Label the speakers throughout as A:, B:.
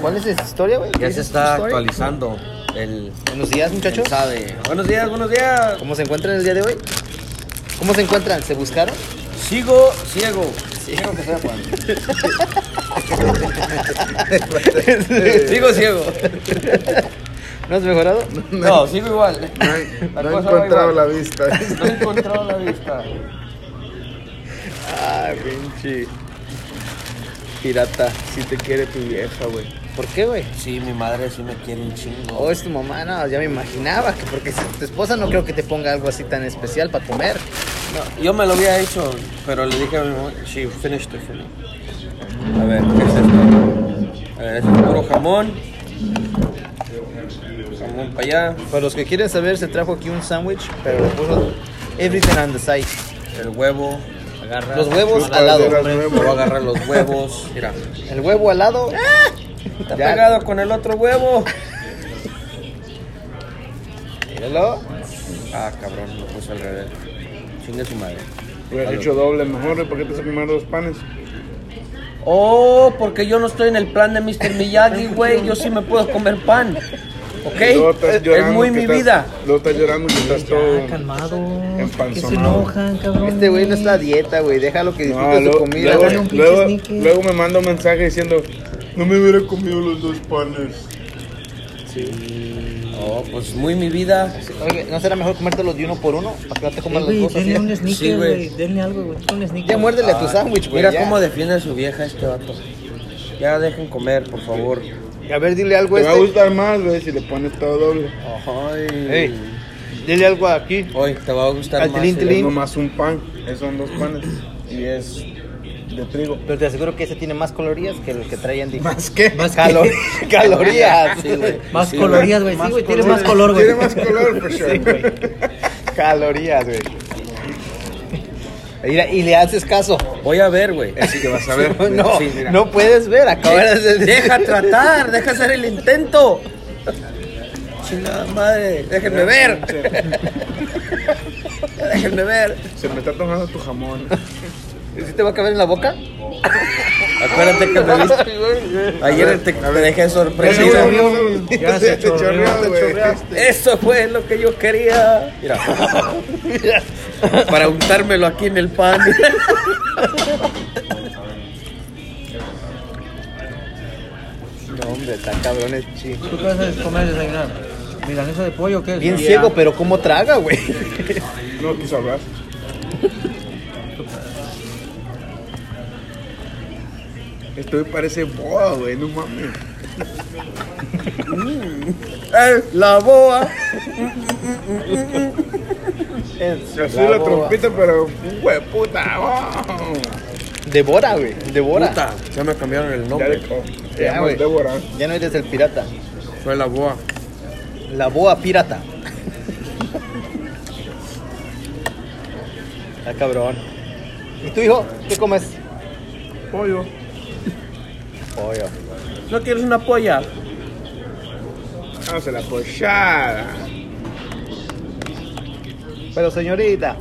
A: ¿Cuál es esa historia, güey?
B: Ya
A: ¿Dices
B: se
A: tu
B: está
A: historia?
B: actualizando el...
A: Buenos días, muchachos.
B: el sabe. Buenos días, buenos días.
A: ¿Cómo se encuentran el día de hoy? ¿Cómo se encuentran? ¿Se buscaron?
B: Sigo ciego.
A: Ciego que sea, Juan.
B: sigo ciego.
A: ¿No has mejorado?
B: No, sigo igual.
C: No, he-
B: La
C: no he
B: cosa va
C: encontrado
B: igual.
C: la vista.
B: No he encontrado la vista.
A: Ah, pinche.
D: Pirata, si te quiere tu vieja, güey.
A: ¿Por qué, güey?
B: Sí, mi madre sí me quiere un chingo.
A: Oh, es tu mamá, no, ya me imaginaba que porque es tu esposa no creo que te ponga algo así tan especial para comer.
B: No, yo me lo había hecho, pero le dije a mi mamá, sí, finish it, finish. A ver, ¿qué es esto? A ver, es puro jamón. Jamón para allá.
A: Para los que quieren saber, se trajo aquí un sándwich, pero le puso everything on the side.
B: El huevo. Agarra.
A: Los huevos
C: Sus
A: al lado.
C: calderas
B: Luego
C: nuevas.
B: agarra los huevos. Mira.
A: El huevo al lado.
B: Está
A: Ya.
B: pegado con el otro huevo.
A: Míralo.
B: Ah, cabrón, lo puse al revés. Chingue su madre.
C: Hubiera hecho doble mejor, ¿eh? ¿por qué te vas a comer dos panes?
B: Oh, porque yo no estoy en el plan de Mr. Miyagi, güey. Yo sí me puedo comer pan. ¿Ok?
C: Luego estás
B: Es, es
C: llorando
B: muy
C: que
B: mi
C: estás-
B: vida.
C: Luego estás llorando que estás todo
D: calmado.
C: empanzonado. se enojan,
D: cabrón?
A: Este güey no está a dieta, güey. Déjalo que disfrute
C: No,
A: su
C: luego,
A: comida.
C: luego-
A: güey.
D: un pinche
C: luego-
D: sneaker.
C: luego me manda un mensaje diciendo, no me hubiera comido los dos panes.
B: Oh, pues muy mi vida.
A: Oye, ¿no será mejor comértelos de uno por uno? Para que no te comas los
D: Güey,
A: dos así.
D: denle un
B: Sí,
D: sneaker,
B: güey.
D: güey. denle algo, güey. Un sneaker.
A: Ya muérdele a tu sándwich, güey.
B: Mira
A: ya.
B: cómo defiende a su vieja este vato. Ya dejen comer, por favor.
A: A ver, dile algo a
C: Te va a
A: este.
C: gustar más, güey, si le pones todo doble.
B: Ay.
A: Ey, dile algo aquí.
B: Hoy te va a gustar
A: Al
B: más.
A: tilín,
B: el-
A: tilín.
C: Es nomás un pan, esos son dos panes. Y es de trigo.
A: Pero te aseguro que ese tiene más calorías que el que traían de
C: ¿Más qué?
D: Más
A: Calo- calorías, sí, güey.
D: Más
B: Sí, güey.
D: coloridas, güey. Sí, güey. Tiene más color, güey.
C: Tiene más color, pues, for sure.
A: Calorías, güey. Mira, y le haces caso.
B: Voy a ver, güey.
C: Así que vas a ver.
A: No,
C: Sí, mira.
A: no puedes ver, acabas de
B: Deja tratar, deja hacer el intento. Chingada madre, déjenme ver, déjenme ver.
C: Se me está tomando tu jamón.
A: ¿Sí te va a caber en la boca?
B: Acuérdate que me viste. Ayer te, te dejé sorprendido.
C: Ya se chorreó, güey.
B: Eso fue lo que yo quería. Mira. Para untármelo aquí en el pan.
A: No, hombre, está cabrón, es chido.
D: ¿Tú qué vas a comer desayunar? ¿Milanesa de pollo o qué?
A: Bien
D: güey?
A: ciego, pero ¿cómo traga, güey?
C: No, tú sabrás. Esto me parece boa, güey, no mames.
B: Eh, La boa.
C: Se hace la trompita, pero güey, puta. wow.
A: Devora, güey, devora.
B: Puta, ya me cambiaron el
C: Ya
B: nombre.
C: le co- Te
A: Ya,
C: llamas
A: güey.
C: Débora.
A: Ya no eres el pirata.
B: Fue la boa.
A: La boa pirata. Está Ah, cabrón. ¿Y tu hijo? ¿Qué comes?
C: Pollo.
A: Pollo.
B: ¿No quieres una polla?
C: Vamos a la pochada.
A: Pero señorita.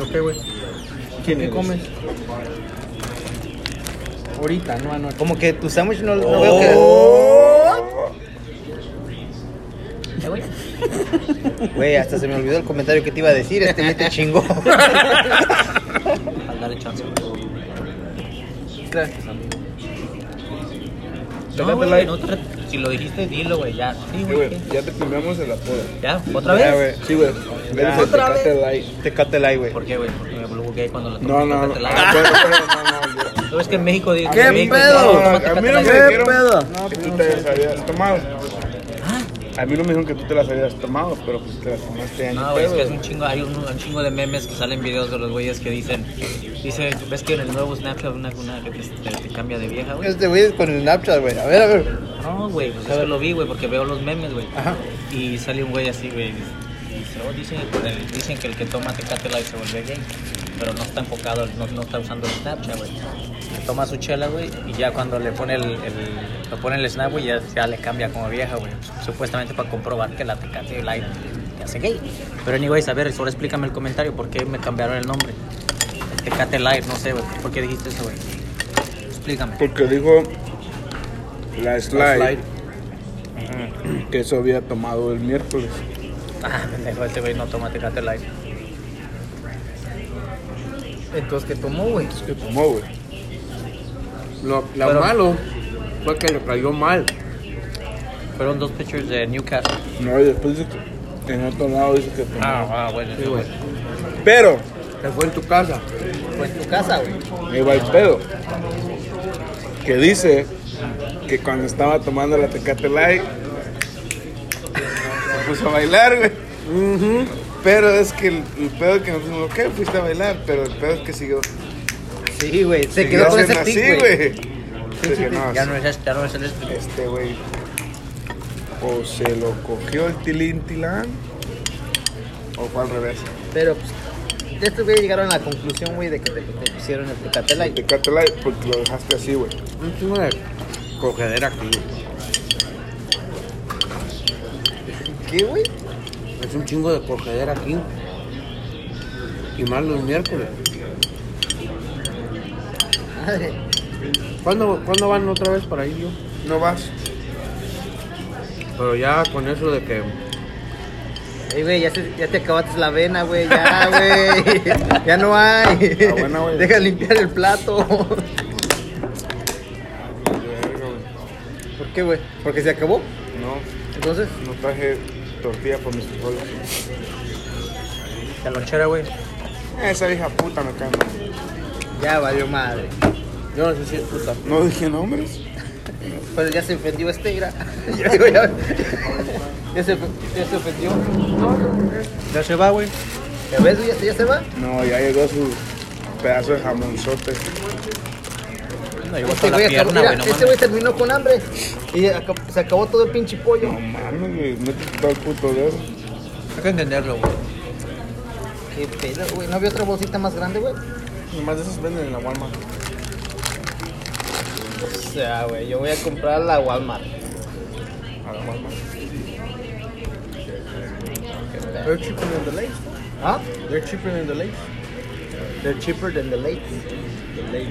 D: Ok, güey.
C: ¿Quién
D: ¿Qué
C: eres?
D: comes?
A: Ahorita, no, no. Como que tu sándwich no, no veo que.
B: Oh.
A: Güey, hasta se me olvidó el comentario que te iba a decir. Este mete chingó.
D: Dale chance.
A: Gracias,
D: No,
C: Tócate
D: güey,
C: like.
D: no te- si lo dijiste, dilo, güey, ya. Sí,
C: Sí,
D: güey.
C: güey,
D: ¿qué?
C: ya te cambiamos el apodo.
D: ¿Ya? ¿Otra
C: Ya, güey.
D: vez?
C: Sí, güey. Ven, se
D: ¿Otra
C: te
D: vez?
C: cate like.
A: Te cate el aire, güey.
D: ¿Por qué, güey? Porque me bloqueé cuando lo
C: No, no, no. Ah,
D: no.
C: bueno, bueno, no, no, yo-
D: ¿Tú ves que en México dice
B: ¿Qué
D: en México,
B: pedo?
D: no,
C: No,
D: tómate
C: a mí no me
D: Catalina.
B: ¿Qué
C: dijeron
B: pedo? ¿Ah?
C: que tú te las habías tomado. A mí no me dijeron que tú te las habías tomado, pero pues te las tomaste en
D: No, güey, es que es un chingo, hay un, un chingo de memes que salen videos de los güeyes que dicen, dice, ves que en el nuevo Snapchat una, una que te, te- te cambia de vieja, güey.
A: Este güey es con el Snapchat, güey. A ver, a ver.
D: No, güey, pues eso lo vi, güey, porque veo los memes, güey.
A: Ajá.
D: Y sale un güey así, güey, y dice, oh, dicen, eh, dicen que el que toma Tecate Light se vuelve gay, pero no está enfocado, no, no está usando el Snapchat, güey. Toma su chela, güey, y ya cuando le pone el, el- lo pone en el Snap, güey, ya, ya le cambia como vieja, güey. Supuestamente para comprobar que la Tecate Light te hace gay. Pero, anyways, a ver, solo explícame el comentario, ¿por qué me cambiaron el nombre? Tecate Light, no sé, güey. ¿Por qué dijiste eso, güey? Explícame.
C: Porque dijo la
B: La
C: slide,
B: slide.
C: que eso había tomado el miércoles.
D: Ah, pendejo, este güey no toma Tecate Light.
A: Entonces, ¿qué tomó, güey?
C: Que tomó, güey.
B: Lo, lo
D: Pero-
B: malo fue que le cayó mal.
D: Fueron dos pictures de Newcastle.
C: No, y después dice que en otro lado dice que tomó.
D: Ah, ah, bueno.
B: Sí, güey.
C: Pero,
B: Te fue en tu casa.
A: Fue en tu casa, güey.
C: ahí va el pedo. Que dice que cuando estaba tomando la Tecate Light, se puso a bailar, güey. Pero es que el, el pedo que nos pusimos, ok, fuiste a bailar, pero el pedo es que siguió.
A: Sí, güey. Se
C: siguió
A: quedó con ese
C: haciendo
A: pic,
C: así,
A: güey.
C: Yo dije, no,
D: Ya no es, ya no es el este.
C: Este güey o se lo cogió el tilín tilán o fue al revés.
A: Pero, pues, estos güeyes llegaron a la conclusión, güey, de que te, te pusieron el Tecate Light.
C: Te cátela porque lo dejaste así, güey.
B: Un chingo de cogedera aquí.
A: ¿Qué, güey?
B: Es un chingo de cogedera aquí. Y más los miércoles.
A: Madre.
B: ¿Cuándo, ¿Cuándo van otra vez para ir yo?
C: No vas.
B: Pero ya con eso de que.
A: Ey, güey, ya, se- ya te acabaste la avena, güey. Ya, güey. ya no hay.
C: La buena, Ah, güey.
A: Deja de limpiar el plato. ¿Por qué, güey? ¿Porque se acabó?
C: No,
A: Entonces,
C: no traje tortilla por mis frijoles. Eh,
D: La lonchera, güey.
C: Esa vieja puta me cae mal.
A: ya valió madre.
B: Yo no sé si es puta.
C: No dije nombres.
A: Pero ya se ofendió este, mira. Ya, digo, ya, ya, se, ya se ofendió.
D: Ya se va, güey.
A: ¿Ya ves? güey? ¿Ya, ya se va?
C: No, ya llegó su pedazo de jamonzote.
D: No, llegó
A: Este
D: hasta la
A: güey, acabó-
D: pierna,
A: mira,
D: güey. No
A: este güey
D: mames.
A: terminó con hambre. Y acab- se acabó todo el pinche pollo.
C: No mames, güey. Mete todo el puto dedo.
D: Hay que entenderlo, güey.
A: Qué pedo, güey. ¿No había otra bolsita más grande, güey?
C: Nomás de esos venden en la Walmart.
A: O sea, güey, yo voy a comprar la Walmart.
C: A la Walmart.
A: They're cheaper than the lakes. Huh?
C: They're cheaper than the Lays.
A: They're cheaper than the lakes.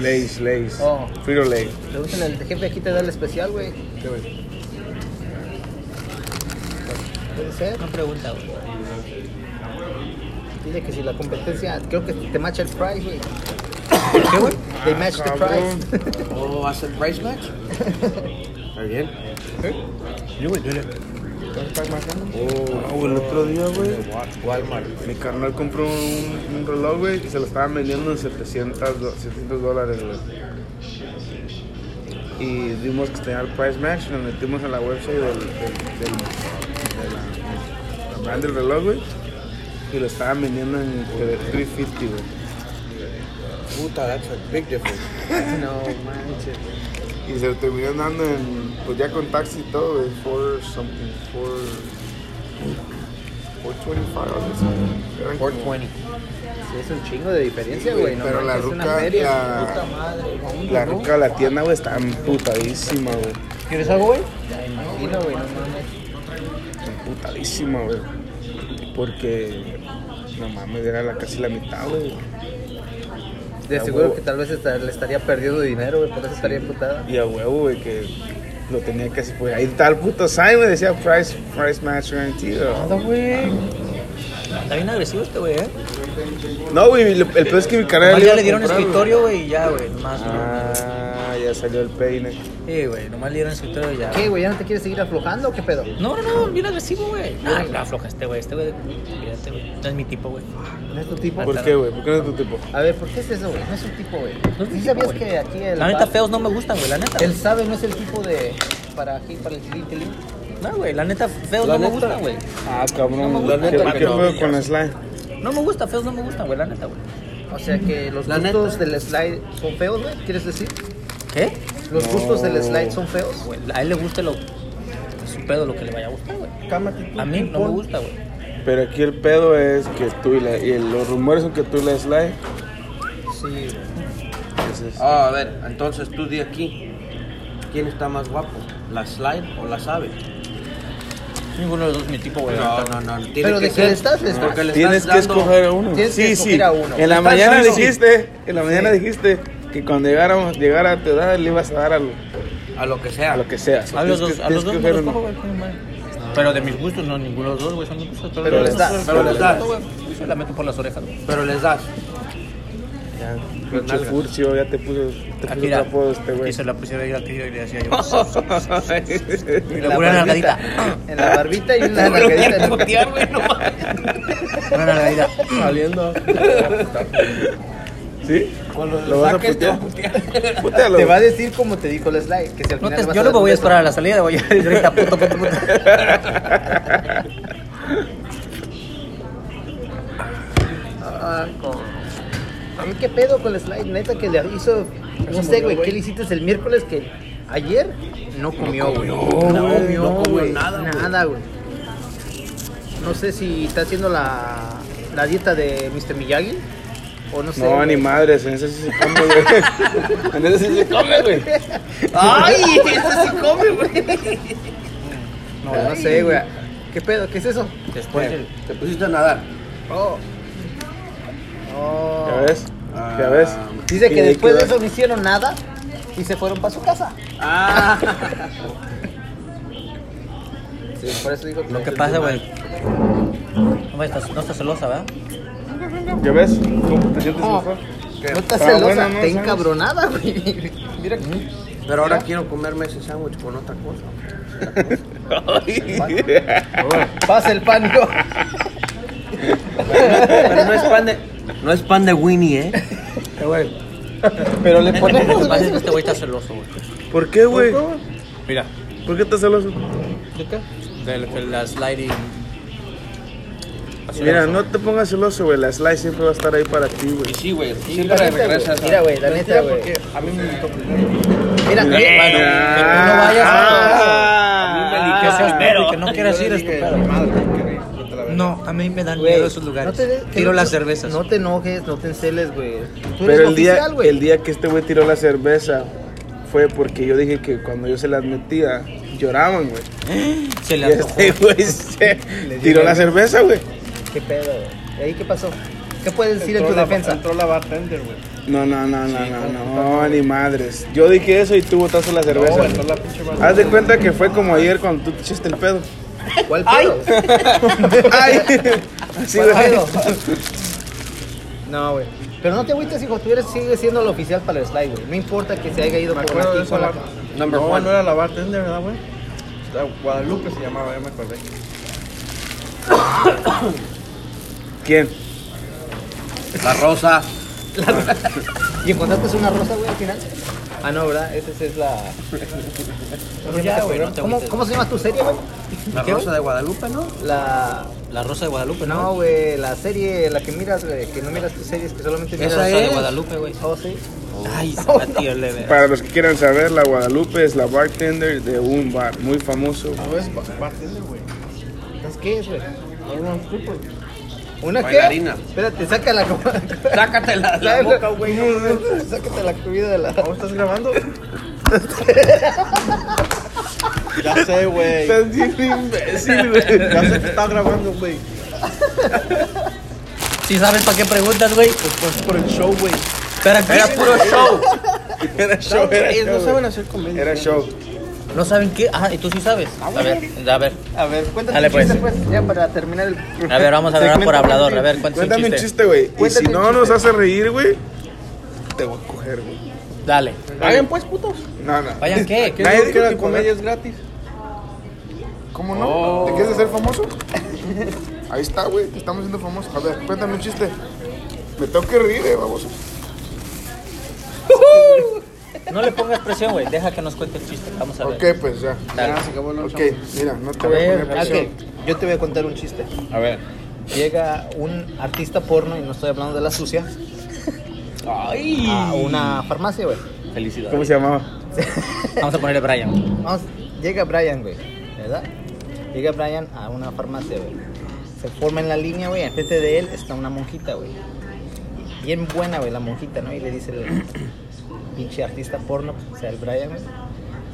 C: Lays, Lays.
A: Oh.
C: Frito Lay.
A: Pregúntale al jefe, aquí te da el especial, güey.
C: ¿Qué ves?
A: Puede ser.
D: No pregunta, güey.
A: Dile que si la competencia, creo que te matcha el price, güey.
D: ¿Qué, güey?
A: They match
B: Ah,
A: the
C: cabrón.
A: price.
B: ¿O va a ser price match? Está bien. Yo voy a
C: Oh, el otro día, güey. Mi carnal compró un, un reloj, güey, y se lo estaban vendiendo en 700, do- 700 dólares, güey. Y vimos que tenía el price match, nos metimos en la website del, del, del- de la, la brand del reloj, güey, y lo estaban vendiendo en 350, güey.
B: Puta, that's a big difference.
A: No manches.
C: Y se lo terminó dando en, pues ya con taxi y todo, güey, for something, for... 425 o algo así. Eran como-
B: 420.
A: Sí, es un chingo de diferencia,
C: Sí,
A: güey.
C: güey,
A: No
C: pero la
A: manches, es una
C: ruca,
A: feria,
C: la-
A: puta madre.
C: La ruca de la tienda, güey, está emputadísima, güey.
B: ¿Quieres algo, güey?
A: Ya imagino, güey, no mames.
C: Emputadísima, güey. Porque, no mames, era la, casi la mitad, güey.
A: De
C: A
A: seguro
C: huevo.
A: que tal vez esta- le estaría perdiendo dinero, güey, por eso estaría emputada.
C: Y a huevo, güey, que lo tenía casi, pues ahí está el puto sign, güey, decía Price, price Match Guarantee. güey.
D: Está bien agresivo este, güey, ¿eh?
C: No, güey, lo- el peor es que mi canal.
D: Nomás ya le dieron escritorio, güey, y ya, güey. Nomás.
C: Ah, ya salió el peine.
D: Sí, güey. Nomás le dieron escritorio y ya.
A: ¿Qué, güey? ¿Ya no te quieres seguir aflojando o qué pedo?
D: No, no, no, bien agresivo, güey. Ah, no, afloja este, güey. Este, güey. Fíjate, güey. No es mi tipo, güey.
A: ¿No es tu
D: Ah,
A: tipo?
C: ¿Por qué, güey? ¿Por qué no es tu tipo?
A: A ver, ¿por qué es eso, güey? No es un tipo, güey.
D: No es un
A: ¿Sí
D: tipo,
A: sabías
D: güey.
A: que aquí el...
D: La neta,
A: vato-
D: feos no me gustan, güey. La neta.
A: Él sabe, no es el tipo de... Para aquí, para el tilín, tilín.
D: No, güey. La neta, feos
B: La
D: no me
B: neta.
D: gustan, güey.
C: Ah, cabrón,
D: No me gusta.
C: ¿qué,
B: La neta
C: qué
B: que no.
C: pedo con la slime?
D: No me gusta, feos no me gustan, güey. La neta, güey.
A: O sea que los
D: La
A: gustos
D: neta.
A: del slide son feos, güey. ¿Quieres decir?
D: ¿Qué?
A: ¿Los
C: No.
A: gustos del slide son feos?
D: Güey, a él le guste lo. pues, Su pedo, lo que le vaya a gustar, güey. A mí no me gusta, güey.
C: Pero aquí el pedo es que tú y la. Y los rumores son que tú y la slime.
A: Sí, güey.
C: Entonces,
B: Ah, a ver, entonces tú di aquí. ¿Quién está más guapo? ¿La Slide o la Sabe?
D: Ninguno de los es mi tipo, güey.
B: No,
D: Ahorita
B: no, no. tiene
A: Pero de
B: que
A: que le
B: ser-
A: estás, le
B: Porque
A: estás.
B: le
C: Tienes
B: estás
C: que
B: dando-
C: escoger a uno.
A: Tienes que
C: sí,
A: escoger
C: sí.
A: a uno.
C: En la
A: Estás
C: mañana
A: solo.
C: dijiste, en la mañana dijiste que cuando llegáramos, llegara a tu edad le ibas a dar a lo,
B: A lo que
C: a
B: sea.
C: lo que sea.
D: A los
C: Tienes
D: dos,
C: que-
D: a
C: tienes
D: los dos
C: que
D: me
C: escoger
D: los
C: uno.
D: cojo, güey. con madre. Pero de mis gustos, no, ninguno de los dos, güey, son mis gustos. todos
A: Pero
D: los
A: les
D: dos,
A: das,
B: pero
D: los
B: les das.
D: dos, güey. Yo se la meto por las orejas, güey.
B: Pero les das.
C: Pinche Furcio, ya te puso, te puso otro
D: Mira,
C: apodo este güey.
D: y se la pusiera ahí aquí y le decía yo. Y la pura nalgadita.
A: En este la barbita y una
D: Me lo voy
A: nalgadita.
D: a putear, güey, no mames. Una nalgadita.
B: Saliendo.
C: ¿Sí?
B: Lo
C: vas a
B: saques, te va
C: putear.
B: a putear.
C: Pútealo.
A: Te va a decir como te dijo el slide, que si al
D: No
A: final
D: te-
A: le vas
D: yo
A: a
D: no
A: dar
D: me
A: un
D: voy a
A: beso.
D: esperar a la salida, voy a ir directa, puto, puto, puto.
A: Ay, ¿Qué pedo con el slide? Neta que le hizo. No sé, güey, ¿qué le hiciste el miércoles que ayer no comió, güey? No,
C: güey, no comió
A: güey, Nada, güey. No sé si está haciendo la, la dieta de Mr. Miyagi o no sé.
C: No,
A: güey.
C: ni madres, en ese sí se come, güey. En ese sí se come, güey.
A: ¡Ay! Eso sí come, güey. No, no sé, güey. ¿Qué pedo? ¿Qué es eso?
D: Después del-
B: Te pusiste a nadar.
A: Oh. Oh.
C: ¿Ya ves?
B: Ah.
C: ¿Ya ves?
A: Dice
C: Y
A: que
C: ahí
A: después de
C: quedó.
A: eso no hicieron nada y se fueron para su casa.
B: Ah.
A: Sí, por eso digo que
D: Lo que pasa, güey. No estás, no estás celosa, ¿verdad?
C: ¿Ya ves? ¿Cómo te sientes
A: No,
C: mejor?
A: no estás
C: Ah,
A: celosa,
C: bueno, no,
A: te
C: ¿sabes?
A: encabronada, güey. Mira,
B: Pero ahora quiero comerme ese sándwich con otra cosa.
A: pasa el pan, yo.
B: Pero no es pan de. No es pan de Winnie, eh.
C: Pero le
D: Lo
C: ponemos.
D: que pasa es que este güey está celoso, güey.
C: ¿Por qué, güey?
D: Mira.
C: ¿Por qué estás celoso?
D: ¿De qué? De lo que la sliding.
C: Mira, no te pongas celoso, güey. La slide siempre va a estar ahí para ti, güey.
B: Sí, güey.
A: La
B: Siempre
A: neta, güey.
B: regresas. a-
A: Mira, güey, la neta, güey.
B: A mí me gustó primero.
A: Mira,
C: Mira,
A: eh,
C: bueno,
D: que tú no vayas
C: ah,
D: Que seas pero. Que no
B: Yo
D: quieras
B: le
D: ir, es tu
B: dije,
D: pedo.
B: Madre, qué rico, te la verga.
D: No, a mí me dan
A: güey,
D: miedo esos
A: no
D: lugares.
A: te de- que
D: Tiro
A: no-
D: las cervezas.
A: No te enojes, no te enceles, güey. Tú eres
C: Pero el día,
A: oficial, güey.
C: el día que este güey tiró la cerveza fue porque yo dije que cuando yo se la admitía, lloraban, güey.
D: Se
C: Y
D: le antojó.
C: este güey se tiró la cerveza, güey.
A: ¿Qué pedo, güey? ¿Y ahí qué pasó? ¿Qué puedes decir en tu defensa?
E: Entró la bartender, güey.
C: No, no, no, no, no, no, ni madres. Yo dije eso y tú botaste la cerveza.
E: No,
C: güey.
E: entró la pinche bartender.
C: Haz de cuenta que fue como ayer cuando tú te echaste el pedo.
A: ¿Cuál pedo?
C: ¡Ay! Así,
A: ¿Cuál
C: güey.
A: pedo? No, güey. Pero no te agüites, hijo. Tú eres, sigues siendo el oficial para el slide, güey. No importa que se haya ido
E: Me
A: por
E: acuerdo de
A: aquí
E: esa
A: con la...
E: barra.
B: Number
E: no,
B: one.
E: no era la bartender, ¿verdad, güey? La Guadalupe se llamaba, ya me acordé.
C: ¿Quién?
B: La rosa.
A: ¿Y encontraste una rosa, güey, al final? Ah, no, ¿verdad? Esa es- es la...
D: Pero ya, güey, no te
A: ¿Cómo,
D: agüites.
A: cómo se llama tu serie, güey?
B: La
A: ¿Qué,
B: rosa de Guadalupe, ¿no?
A: La...
D: La Rosa de Guadalupe,
A: Pues No,
D: ¿no?
A: güey, la serie, la que miras, güey, que no miras tus series, que solamente miras...
D: Esa Rosa de
A: es.
D: Guadalupe, güey.
A: Oh, sí.
D: Ay, la tía le ve.
C: Para los que quieran saber, la Guadalupe es la bartender de un bar muy famoso.
E: No es ba- bartender, güey.
A: ¿Entonces qué es, güey?
E: Era un stripper.
A: ¿Una
B: Bailarina.
A: qué? Espérate, sácala como...
B: Sácatela de la boca, güey.
A: Sácate la comida de la...
E: ¿Cómo estás grabando? ya sé, güey.
C: Estás bien imbécil, güey.
E: Ya sé que estás grabando, güey.
D: Si sabes para qué preguntas, güey.
E: Pues por el show, güey.
D: Pero aquí-
B: Era puro show.
C: Era show, era
E: Ellos no
C: show.
E: saben
C: güey.
E: hacer comedia.
C: Era show.
D: No saben qué. Ah, y tú sí sabes. A ver, a ver.
A: A ver, cuéntame
D: Dale,
A: un chiste,
D: pues.
A: pues, ya para terminar el...
D: A ver, vamos a hablar por hablador. A ver, cuéntame
C: Cuéntame un chiste, güey. Y si
A: Cuéntame un
C: no nos
A: chiste.
C: hace reír, güey, te voy a coger, güey.
D: Dale.
E: Vayan, pues, putos.
C: No, no.
D: Vayan, ¿qué? ¿Qué
C: Nadie
E: Nadie
C: dijo
E: dijo
C: que
E: que comedia es gratis.
F: ¿Cómo no? ¿Te quieres hacer famoso? Ahí está, güey, te estamos haciendo famosos. A ver, cuéntame un chiste. Me tengo que reír, eh, baboso.
D: No le pongas presión, güey. Deja que nos cuente el chiste. Vamos a ver.
F: Ok, pues ya.
D: Dale.
F: Ya, se acabó la Ok, mira, no te
A: A
F: voy a
A: ver,
F: poner presión.
A: ok, yo te voy a contar un chiste.
B: A ver.
A: Llega un artista porno, y no estoy hablando de la sucia,
D: Ay.
A: a una farmacia, güey.
C: ¿Cómo
D: Felicidades.
C: se llamaba?
D: Vamos a ponerle Brian.
A: Vamos, llega Brian, güey, ¿verdad? Llega Brian a una farmacia, güey. Se forma en la línea, güey. Enfrente de él está una monjita, güey. Bien buena, güey, la monjita, ¿no? Y le dice el pinche artista porno, o sea, el Brian, güey.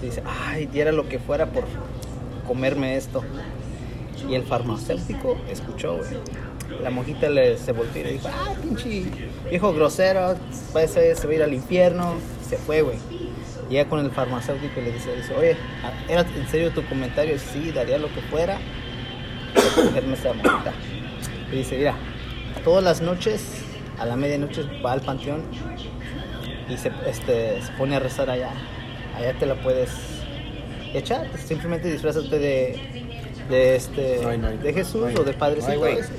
A: Dice, ay, diera lo que fuera por comerme esto. Y el farmacéutico escuchó, güey. La monjita le, se volteó y le dijo, ah, pinche viejo grosero, va a ser- se va a ir al infierno. Se fue, güey. Llega con el farmacéutico y le dice, dice, oye, ¿era en serio tu comentario? Sí, daría lo que fuera por cogerme esa monjita. Y dice, mira, todas las noches, a la medianoche va al panteón y se, este, se pone a rezar allá. Allá te la puedes echar. Simplemente disfrázate de, de, este,
B: Ay, no, ay,
A: de Jesús
B: ay.
A: o de Padrecito.
B: Ay, güey.
A: ese,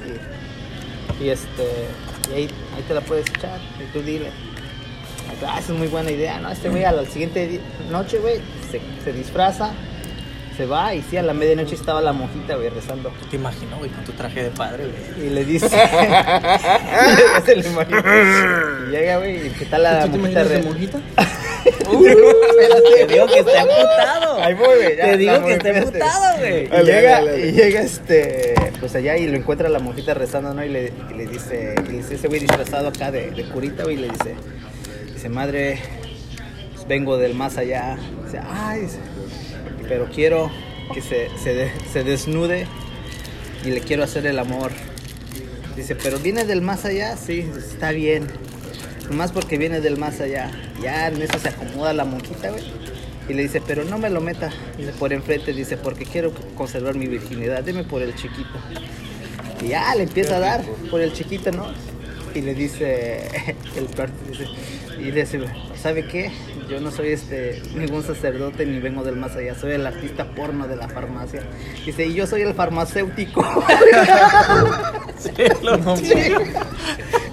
A: y, y, este, y ahí, ahí te la puedes echar. Y tú dile. Ah, esa es muy buena idea, ¿no? Este güey a la siguiente di- noche, güey, se, se disfraza, se va y sí, a la medianoche estaba la monjita, güey, rezando.
D: Te imagino, güey, con tu traje de padre, güey.
A: Y le dice. Ya se lo imagino. Y llega, güey, y qué tal la Ah, monjita re-
D: Te digo que está emputado.
A: Ahí voy, güey. ya,
D: Te
A: la
D: digo que
A: monjita, espérate.
D: está emputado, güey.
A: Y llega, y llega este, pues allá y lo encuentra la monjita rezando, ¿no? Y le, y le dice, y le dice ese güey disfrazado acá de, de curita, güey, y le dice, dice, madre, pues, vengo del más allá. Dice, ay, dice, pero quiero que se, se, de- se desnude y le quiero hacer el amor. Dice, pero viene del más allá, sí, está bien. Nomás porque viene del más allá. Ya en eso se acomoda la monjita, güey. Y le dice, pero no me lo meta. Dice, por enfrente, dice, porque quiero conservar mi virginidad. Deme por el chiquito. Y ya le empieza a dar por el chiquito, ¿no? Y le dice el parte, dice, y le dice, ¿sabe qué? Yo no soy este ningún sacerdote ni vengo del más allá, soy el artista porno de la farmacia. Dice, y yo soy el farmacéutico.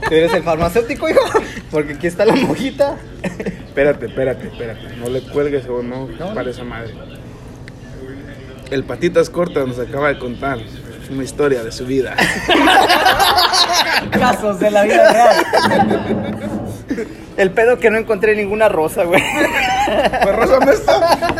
A: ¿Tú eres el farmacéutico, hijo? Porque aquí está la mojita.
G: Espérate, espérate, espérate. No le cuelgues o no, para esa madre. El Patitas Cortas nos acaba de contar una historia de su vida.
D: Casos de la vida real.
A: El pedo que no encontré ninguna rosa, güey.
G: ¿Fue Rosa Mesta?